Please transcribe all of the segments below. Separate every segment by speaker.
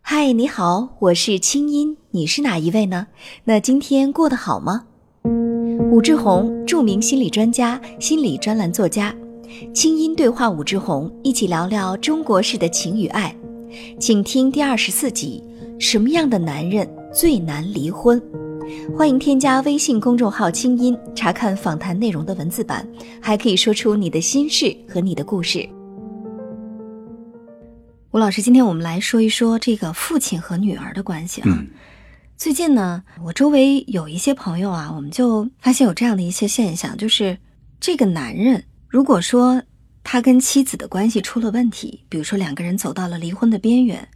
Speaker 1: 嗨，你好，我是清音，你是哪一位呢？那今天过得好吗？武志红，著名心理专家、心理专栏作家，清音对话武志红，一起聊聊中国式的情与爱，请听第二十四集：什么样的男人最难离婚？欢迎添加微信公众号“清音”，查看访谈内容的文字版，还可以说出你的心事和你的故事。
Speaker 2: 吴老师，今天我们来说一说这个父亲和女儿的关系啊。
Speaker 3: 嗯
Speaker 2: 最近呢，我周围有一些朋友啊，我们就发现有这样的一些现象，就是这个男人如果说他跟妻子的关系出了问题，比如说两个人走到了离婚的边缘，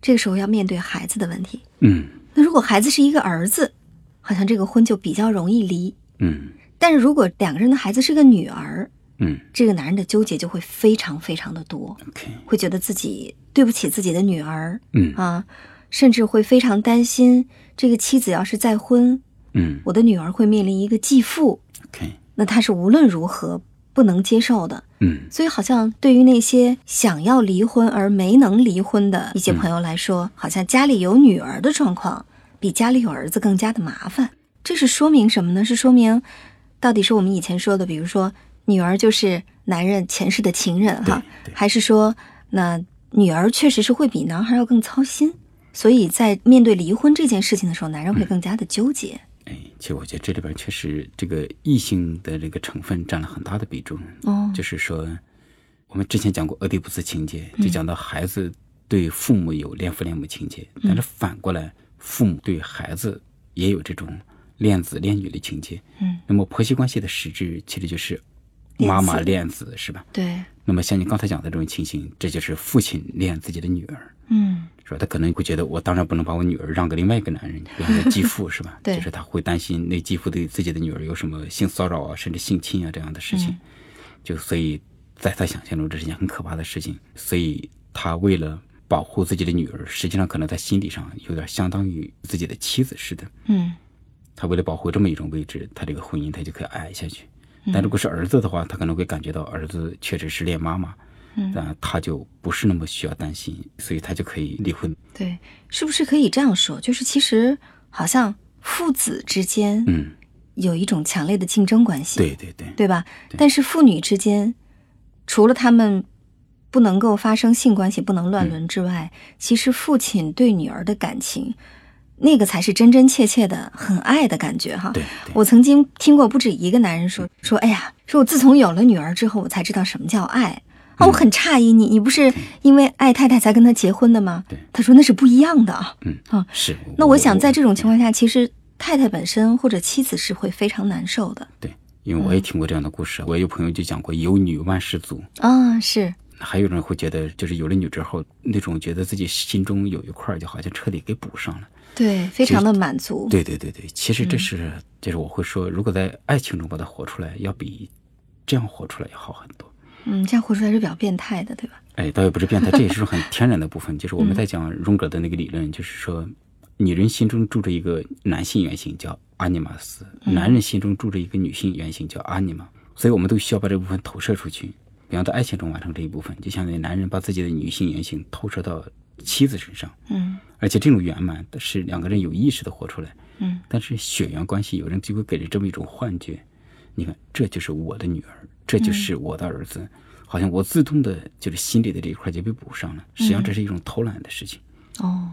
Speaker 2: 这个时候要面对孩子的问题。
Speaker 3: 嗯
Speaker 2: 那如果孩子是一个儿子，好像这个婚就比较容易离；
Speaker 3: 嗯
Speaker 2: 但是如果两个人的孩子是个女儿，
Speaker 3: 嗯
Speaker 2: 这个男人的纠结就会非常非常的多，
Speaker 3: ，OK，
Speaker 2: 会觉得自己对不起自己的女儿
Speaker 3: 嗯
Speaker 2: 啊，甚至会非常担心这个妻子要是再婚，
Speaker 3: 嗯
Speaker 2: 我的女儿会面临一个继父，
Speaker 3: ，OK，
Speaker 2: 那他是无论如何不能接受的。
Speaker 3: 嗯
Speaker 2: 所以，好像对于那些想要离婚而没能离婚的一些朋友来说，好像家里有女儿的状况比家里有儿子更加的麻烦。这是说明什么呢？是说明，到底是我们以前说的，比如说女儿就是男人前世的情人哈，还是说那女儿确实是会比男孩要更操心？所以在面对离婚这件事情的时候，男人会更加的纠结。
Speaker 3: 哎，其实我觉得这里边确实这个异性的这个成分占了很大的比重。
Speaker 2: 哦
Speaker 3: 就是说，我们之前讲过俄狄浦斯情节，就讲到孩子对父母有恋父恋母情节，但是反过来，父母对孩子也有这种恋子恋女的情节。
Speaker 2: 嗯，
Speaker 3: 那么婆媳关系的实质其实就是妈妈恋子，是吧？
Speaker 2: 对，
Speaker 3: 那么像你刚才讲的这种情形，这就是父亲恋自己的女儿。
Speaker 2: 嗯，
Speaker 3: 是吧？他可能会觉得，我当然不能把我女儿让给另外一个男人，让给继父，是吧？
Speaker 2: 对
Speaker 3: 就是他会担心那继父对自己的女儿有什么性骚扰啊，甚至性侵啊这样的事情。就所以，在他想象中，这是一件很可怕的事情。所以他为了保护自己的女儿，实际上可能在心理上有点相当于自己的妻子似的。
Speaker 2: 嗯，
Speaker 3: 他为了保护这么一种位置，他这个婚姻他就可以挨下去。但如果是儿子的话，他可能会感觉到儿子确实是恋妈妈，嗯，但他就不是那么需要担心，所以他就可以离婚。
Speaker 2: 对，是不是可以这样说？就是其实好像父子之间，
Speaker 3: 嗯，
Speaker 2: 有一种强烈的竞争关系，
Speaker 3: 对对对，
Speaker 2: 对吧？但是父女之间，除了他们不能够发生性关系、不能乱伦之外，其实父亲对女儿的感情，那个才是真真切切的很爱的感觉哈。
Speaker 3: 对对
Speaker 2: 我曾经听过不止一个男人说说，哎呀，说我自从有了女儿之后，我才知道什么叫爱啊！我很诧异，你你不是因为爱太太才跟他结婚的吗
Speaker 3: 对？
Speaker 2: 他说那是不一样的啊。
Speaker 3: 是。
Speaker 2: 那我想在这种情况下，其实太太本身或者妻子是会非常难受的
Speaker 3: 对，因为我也听过这样的故事，我有朋友就讲过“有女万事足
Speaker 2: 啊，是”，
Speaker 3: 还有人会觉得，就是有了女之后，那种觉得自己心中有一块儿就好像彻底给补上了。
Speaker 2: 对，非常的满足，
Speaker 3: 对对对对，其实
Speaker 2: 嗯
Speaker 3: 这是，就是我会说，如果在爱情中把它活出来，要比这样活出来要好很多。
Speaker 2: 嗯，这样活出来是比较变态的，对吧？
Speaker 3: 哎，倒也不是变态，这也是很天然的部分。就是我们在讲荣格的那个理论，就是说，女人心中住着一个男性原型叫阿尼玛斯，男人心中住着一个女性原型叫阿尼玛，所以我们都需要把这部分投射出去。比方在爱情中完成这一部分，就相当于男人把自己的女性原型投射到妻子身上，
Speaker 2: 嗯
Speaker 3: 而且这种圆满是两个人有意识的活出来。
Speaker 2: 嗯，
Speaker 3: 但是血缘关系，有人就会给人这么一种幻觉，你看，这就是我的女儿，这就是我的儿子，好像我自动的就是心里的这一块就被补上了。实际上这是一种偷懒的事情，
Speaker 2: 哦，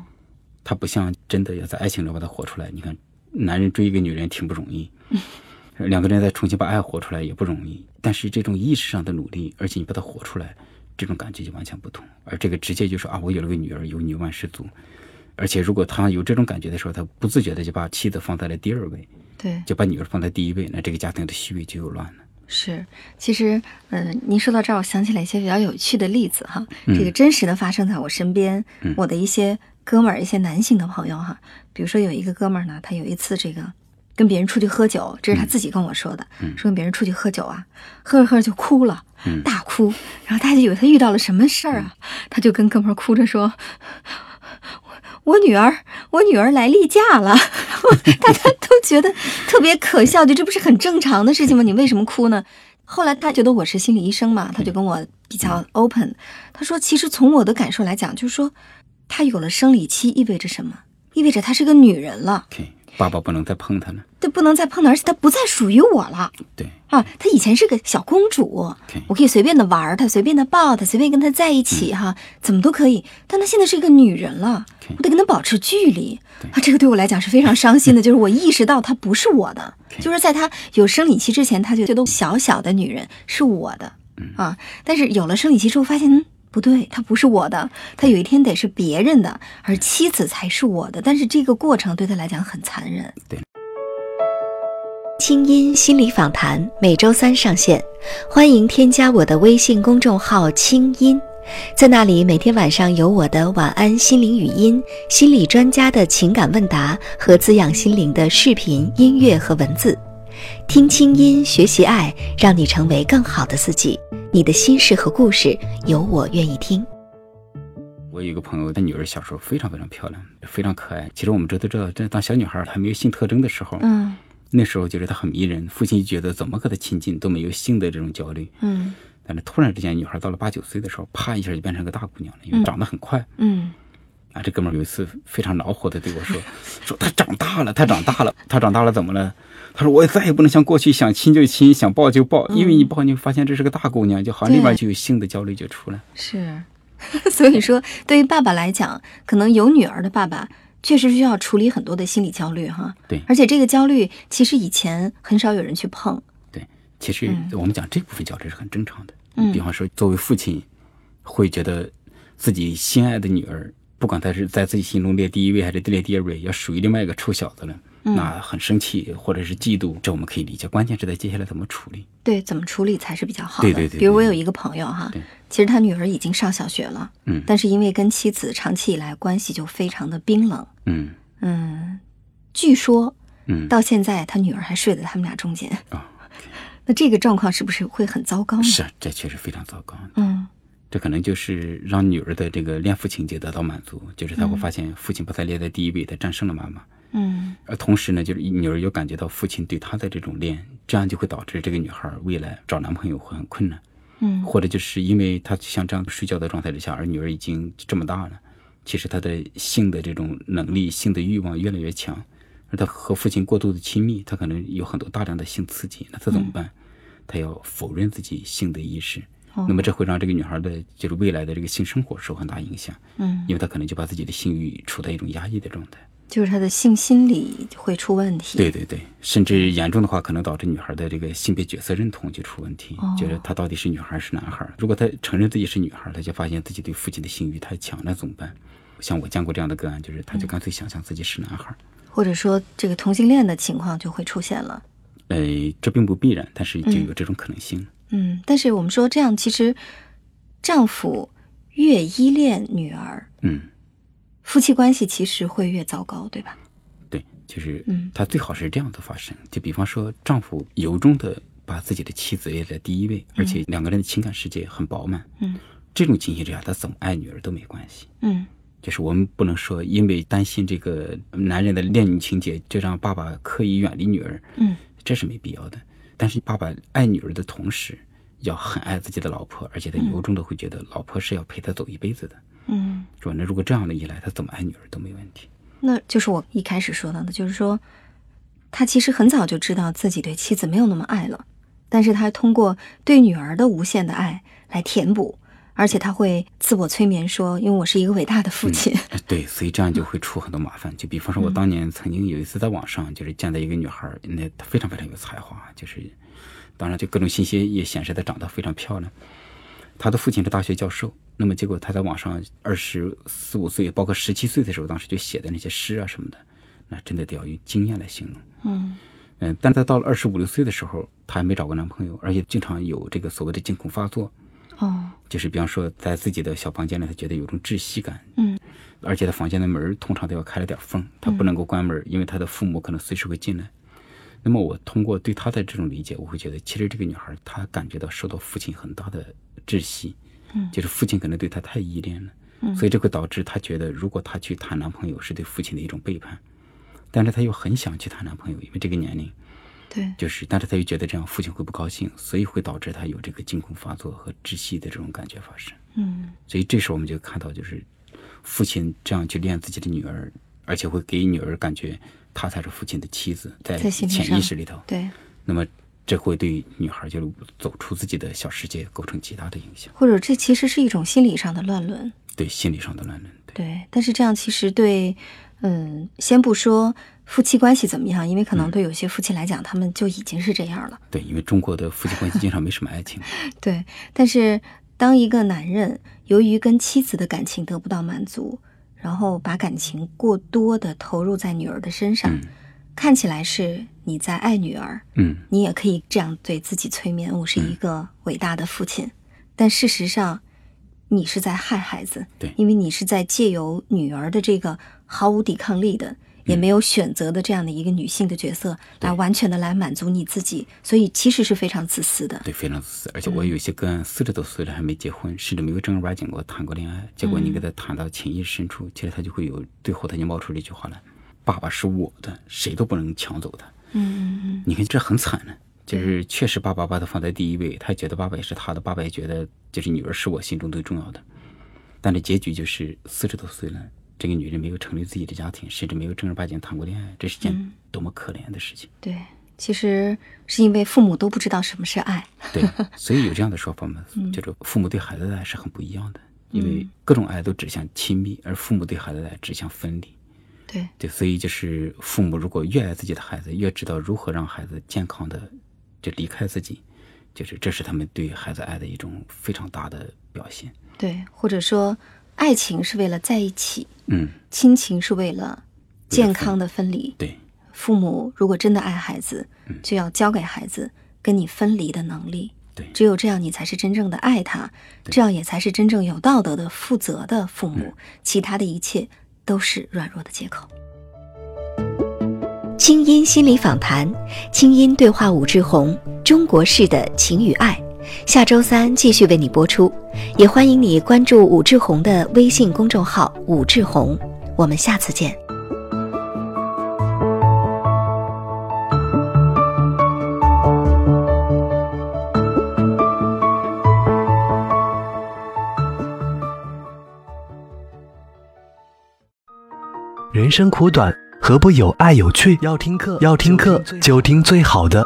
Speaker 3: 他不像真的要在爱情中把它活出来。你看，男人追一个女人挺不容易。两个人再重新把爱活出来也不容易，但是这种意识上的努力，而且你把它活出来，这种感觉就完全不同。而这个直接就是啊，我有了个女儿，有女万事足。而且如果他有这种感觉的时候，他不自觉的就把妻子放在了第二位，
Speaker 2: 对，
Speaker 3: 就把女儿放在第一位，那这个家庭的虚位就有乱了。
Speaker 2: 是，其实，嗯、您说到这儿，我想起来一些比较有趣的例子哈，这个真实的发生在我身边，我的一些哥们儿、一些男性的朋友哈，比如说有一个哥们儿呢，他有一次这个跟别人出去喝酒，这是他自己跟我说的，说跟别人出去喝酒啊，喝着喝着就哭了，大哭，然后大家就以为他遇到了什么事儿啊，他就跟哥们儿哭着说。我女儿，我女儿来例假了， 大家都觉得特别可笑，就这不是很正常的事情吗？你为什么哭呢？后来他觉得我是心理医生嘛，他就跟我比较 open，他说其实从我的感受来讲，就是说她有了生理期意味着什么？意味着她是个女人了，
Speaker 3: OK，爸爸不能再碰她了。
Speaker 2: 对，不能再碰她，而且她不再属于我了
Speaker 3: 对，
Speaker 2: 啊！她以前是个小公主
Speaker 3: 对，嗯
Speaker 2: 我可以随便的玩她，随便的抱她，随便跟她在一起哈、怎么都可以。但她现在是一个女人了
Speaker 3: 对，
Speaker 2: 我得跟她保持距离啊！这个对我来讲是非常伤心 的，就是我意识到她不是我的，
Speaker 3: 对
Speaker 2: 就是在她有生理期之前，她就觉得小小的女人是我的
Speaker 3: 嗯
Speaker 2: 啊，但是有了生理期之后，发现。嗯不对，她不是我的，她有一天得是别人的，而妻子才是我的。但是这个过程对她来讲很残忍，
Speaker 1: 清音心理访谈每周三上线，欢迎添加我的微信公众号“清音”，在那里每天晚上有我的晚安心灵语音、心理专家的情感问答和滋养心灵的视频、音乐和文字。听清音，学习爱，让你成为更好的自己。你的心事和故事，有我愿意听。
Speaker 3: 我有一个朋友，他女儿小时候非常非常漂亮，非常可爱。其实我们这都知道，这当小女孩还没有性特征的时候，
Speaker 2: 嗯
Speaker 3: 那时候觉得她很迷人，父亲就觉得怎么和她亲近都没有性的这种焦虑。
Speaker 2: 嗯
Speaker 3: 但是突然之间，女孩到了八九岁的时候，啪一下就变成个大姑娘了，因为长得很快。
Speaker 2: 嗯
Speaker 3: 啊，这哥们儿有一次非常恼火的对我说：“说他长大了，他长大了，他长大了怎么了？”他说：“我再也不能像过去想亲就亲，想抱就抱，因为你抱你会发现这是个大姑娘，就好像立马
Speaker 2: 嗯对
Speaker 3: 就有性的焦虑就出来。
Speaker 2: 是。 所以说，对于爸爸来讲，可能有女儿的爸爸确实需要处理很多的心理焦虑哈。
Speaker 3: 对
Speaker 2: 而且这个焦虑其实以前很少有人去碰。
Speaker 3: 对，其实
Speaker 2: 嗯
Speaker 3: 我们讲这部分焦虑是很正常的。
Speaker 2: 嗯
Speaker 3: 比方说，作为父亲，会觉得自己心爱的女儿，不管她是在自己心中列第一位还是列第二位，要属于另外一个臭小子了，
Speaker 2: 嗯
Speaker 3: 那很生气或者是嫉妒，这我们可以理解。关键是在接下来怎么处理。
Speaker 2: 对，怎么处理才是比较好的？
Speaker 3: 对对对
Speaker 2: 比如我
Speaker 3: 对
Speaker 2: 有一个朋友哈
Speaker 3: 对，
Speaker 2: 其实他女儿已经上小学了，
Speaker 3: 嗯
Speaker 2: 但是因为跟妻子长期以来关系就非常的冰冷，
Speaker 3: 嗯
Speaker 2: 嗯，据说
Speaker 3: 嗯，
Speaker 2: 到现在他女儿还睡在他们俩中间。
Speaker 3: 啊
Speaker 2: 那这个状况是不是会很糟糕呢？
Speaker 3: 是啊，这确实非常糟糕。
Speaker 2: 嗯
Speaker 3: 这可能就是让女儿的这个恋父情节得到满足，就是她会发现父亲把她列在第一位，她战胜了妈妈。
Speaker 2: 嗯
Speaker 3: 而同时呢，就是女儿又感觉到父亲对她的这种恋，这样就会导致这个女孩未来找男朋友会很困难，
Speaker 2: 嗯
Speaker 3: 或者就是因为她像这样睡觉的状态之下，而女儿已经这么大了，其实她的性的这种能力、性的欲望越来越强，而她和父亲过度的亲密，她可能有很多大量的性刺激，那她怎么办？她要否认自己性的意识，
Speaker 2: 哦
Speaker 3: 那么这会让这个女孩的就是未来的这个性生活受很大影响，
Speaker 2: 嗯，
Speaker 3: 因为她可能就把自己的性欲处在一种压抑的状态。
Speaker 2: 就是他的性心理会出问题。
Speaker 3: 对对对，甚至严重的话，可能导致女孩的这个性别角色认同就出问题，
Speaker 2: 哦
Speaker 3: 觉得她到底是女孩是男孩儿。如果她承认自己是女孩儿，她就发现自己对父亲的性欲太强了，怎么办？像我见过这样的个案，就是她
Speaker 2: 嗯
Speaker 3: 就干脆想象自己是男孩儿。
Speaker 2: 或者说这个同性恋的情况就会出现了。
Speaker 3: 呃，这并不必然，但是就有这种可能性。
Speaker 2: 嗯，但是我们说这样，其实丈夫越依恋女儿，
Speaker 3: 嗯，
Speaker 2: 夫妻关系其实会越糟糕，对吧？
Speaker 3: 对，就是
Speaker 2: 嗯
Speaker 3: 她最好是这样的发生。就比方说，丈夫由衷的把自己的妻子列在第一位，而且两个人的情感世界很饱满。
Speaker 2: 嗯，
Speaker 3: 这种情形之下，她怎么爱女儿都没关系。
Speaker 2: 嗯
Speaker 3: 就是我们不能说，因为担心这个男人的恋女情节，就让爸爸刻意远离女儿，
Speaker 2: 嗯，
Speaker 3: 这是没必要的。但是爸爸爱女儿的同时，要很爱自己的老婆，而且他由衷的会觉得老婆是要陪他走一辈子的，
Speaker 2: 嗯，
Speaker 3: 是吧？那如果这样的一来，他怎么爱女儿都没问题。
Speaker 2: 那就是我一开始说到的，就是说他其实很早就知道自己对妻子没有那么爱了，但是他通过对女儿的无限的爱来填补，而且他会自我催眠说，因为我是一个伟大的父亲。
Speaker 3: 哎 对，所以这样就会出很多麻烦。就比方说，我当年曾经有一次在网上就是见到一个女孩儿，那她非常非常有才华，就是当然就各种信息也显示她长得非常漂亮。她的父亲是大学教授，那么结果她在网上二十四五岁，包括十七岁的时候，当时就写的那些诗啊什么的，那真的得要用经验来形容。
Speaker 2: 嗯
Speaker 3: 嗯，但她到了二十五六岁的时候，她还没找过男朋友，而且经常有这个所谓的惊恐发作，
Speaker 2: 哦
Speaker 3: 就是比方说在自己的小房间里，她觉得有种窒息感，
Speaker 2: 嗯，
Speaker 3: 而且她房间的门儿通常都要开了点儿缝，她不能够关门儿，因为她的父母可能随时会进来。那么我通过对她的这种理解，我会觉得其实这个女孩儿她感觉到受到父亲很大的窒息，嗯，就是父亲可能对她太依恋了，嗯，所以这会导致她觉得如果她去谈男朋友是对父亲的一种背叛，但是她又很想去谈男朋友，因为这个年龄。
Speaker 2: 对，
Speaker 3: 就是，但是她又觉得这样父亲会不高兴，所以会导致她有这个惊恐发作和窒息的这种感觉发生。
Speaker 2: 嗯
Speaker 3: 所以这时候我们就看到，就是父亲这样去恋自己的女儿，而且会给女儿感觉她才是父亲的妻子，在
Speaker 2: 在心理
Speaker 3: 潜
Speaker 2: 上
Speaker 3: 意识里头，
Speaker 2: 对，
Speaker 3: 那么这会对女孩就是走出自己的小世界构成极大的影响，
Speaker 2: 或者这其实是一种心理上的乱伦，
Speaker 3: 对心理上的乱伦。对
Speaker 2: 对，但是这样其实对，嗯，先不说夫妻关系怎么样，因为可能对有些夫妻来讲，他们就已经是这样了。
Speaker 3: 对，因为中国的夫妻关系经常没什么爱情，
Speaker 2: 对，但是当一个男人由于跟妻子的感情得不到满足，然后把感情过多的投入在女儿的身上，
Speaker 3: 嗯
Speaker 2: 看起来是你在爱女儿，
Speaker 3: 嗯，
Speaker 2: 你也可以这样对自己催眠：我是一个伟大的父亲。但事实上，你是在害孩子，
Speaker 3: 对
Speaker 2: 因为你是在借由女儿的这个毫无抵抗力的。也没有选择的这样的一个女性的角色，来完全的来满足你自己，所以其实是非常自私的。
Speaker 3: 对，非常自私。而且我有一些个案，四十多岁了还没结婚，甚至没有正儿八经给我谈过恋爱，结果你给他谈到潜意识深处，其实他就会有最后他就冒出了一句话来：“爸爸是我的，谁都不能抢走他。”嗯嗯嗯，你看这很惨呢、就是确实爸爸把他放在第一位，他觉得爸爸也是他的，爸爸也觉得就是女儿是我心中最重要的。但是结局就是四十多岁了，这个女人没有成立自己的家庭，甚至没有正儿八经谈过恋爱，这是件多么可怜的事情。
Speaker 2: 对，其实是因为父母都不知道什么是爱。
Speaker 3: 对，所以有这样的说法嘛，就是父母对孩子的爱是很不一样的，因为各种爱都指向亲密，而父母对孩子的爱指向分离。
Speaker 2: 对，
Speaker 3: 对，所以就是父母如果越爱自己的孩子，越知道如何让孩子健康的就离开自己，就是这是他们对孩子爱的一种非常大的表现。
Speaker 2: 对，或者说，爱情是为了在一起，
Speaker 3: 嗯，
Speaker 2: 亲情是为了健康的分离。
Speaker 3: 对，
Speaker 2: 父母如果真的爱孩子，就要教给孩子跟你分离的能力。
Speaker 3: 对
Speaker 2: 只有这样，你才是真正的爱他，这样也才是真正有道德的、负责的父母。其他的一切都是软弱的借口。
Speaker 1: 清音心理访谈，清音对话武志红，中国式的情与爱，下周三继续为你播出。也欢迎你关注武志红的微信公众号“武志红”，我们下次见。
Speaker 4: 人生苦短，何不有爱有趣？要听课，要听课就听最好的。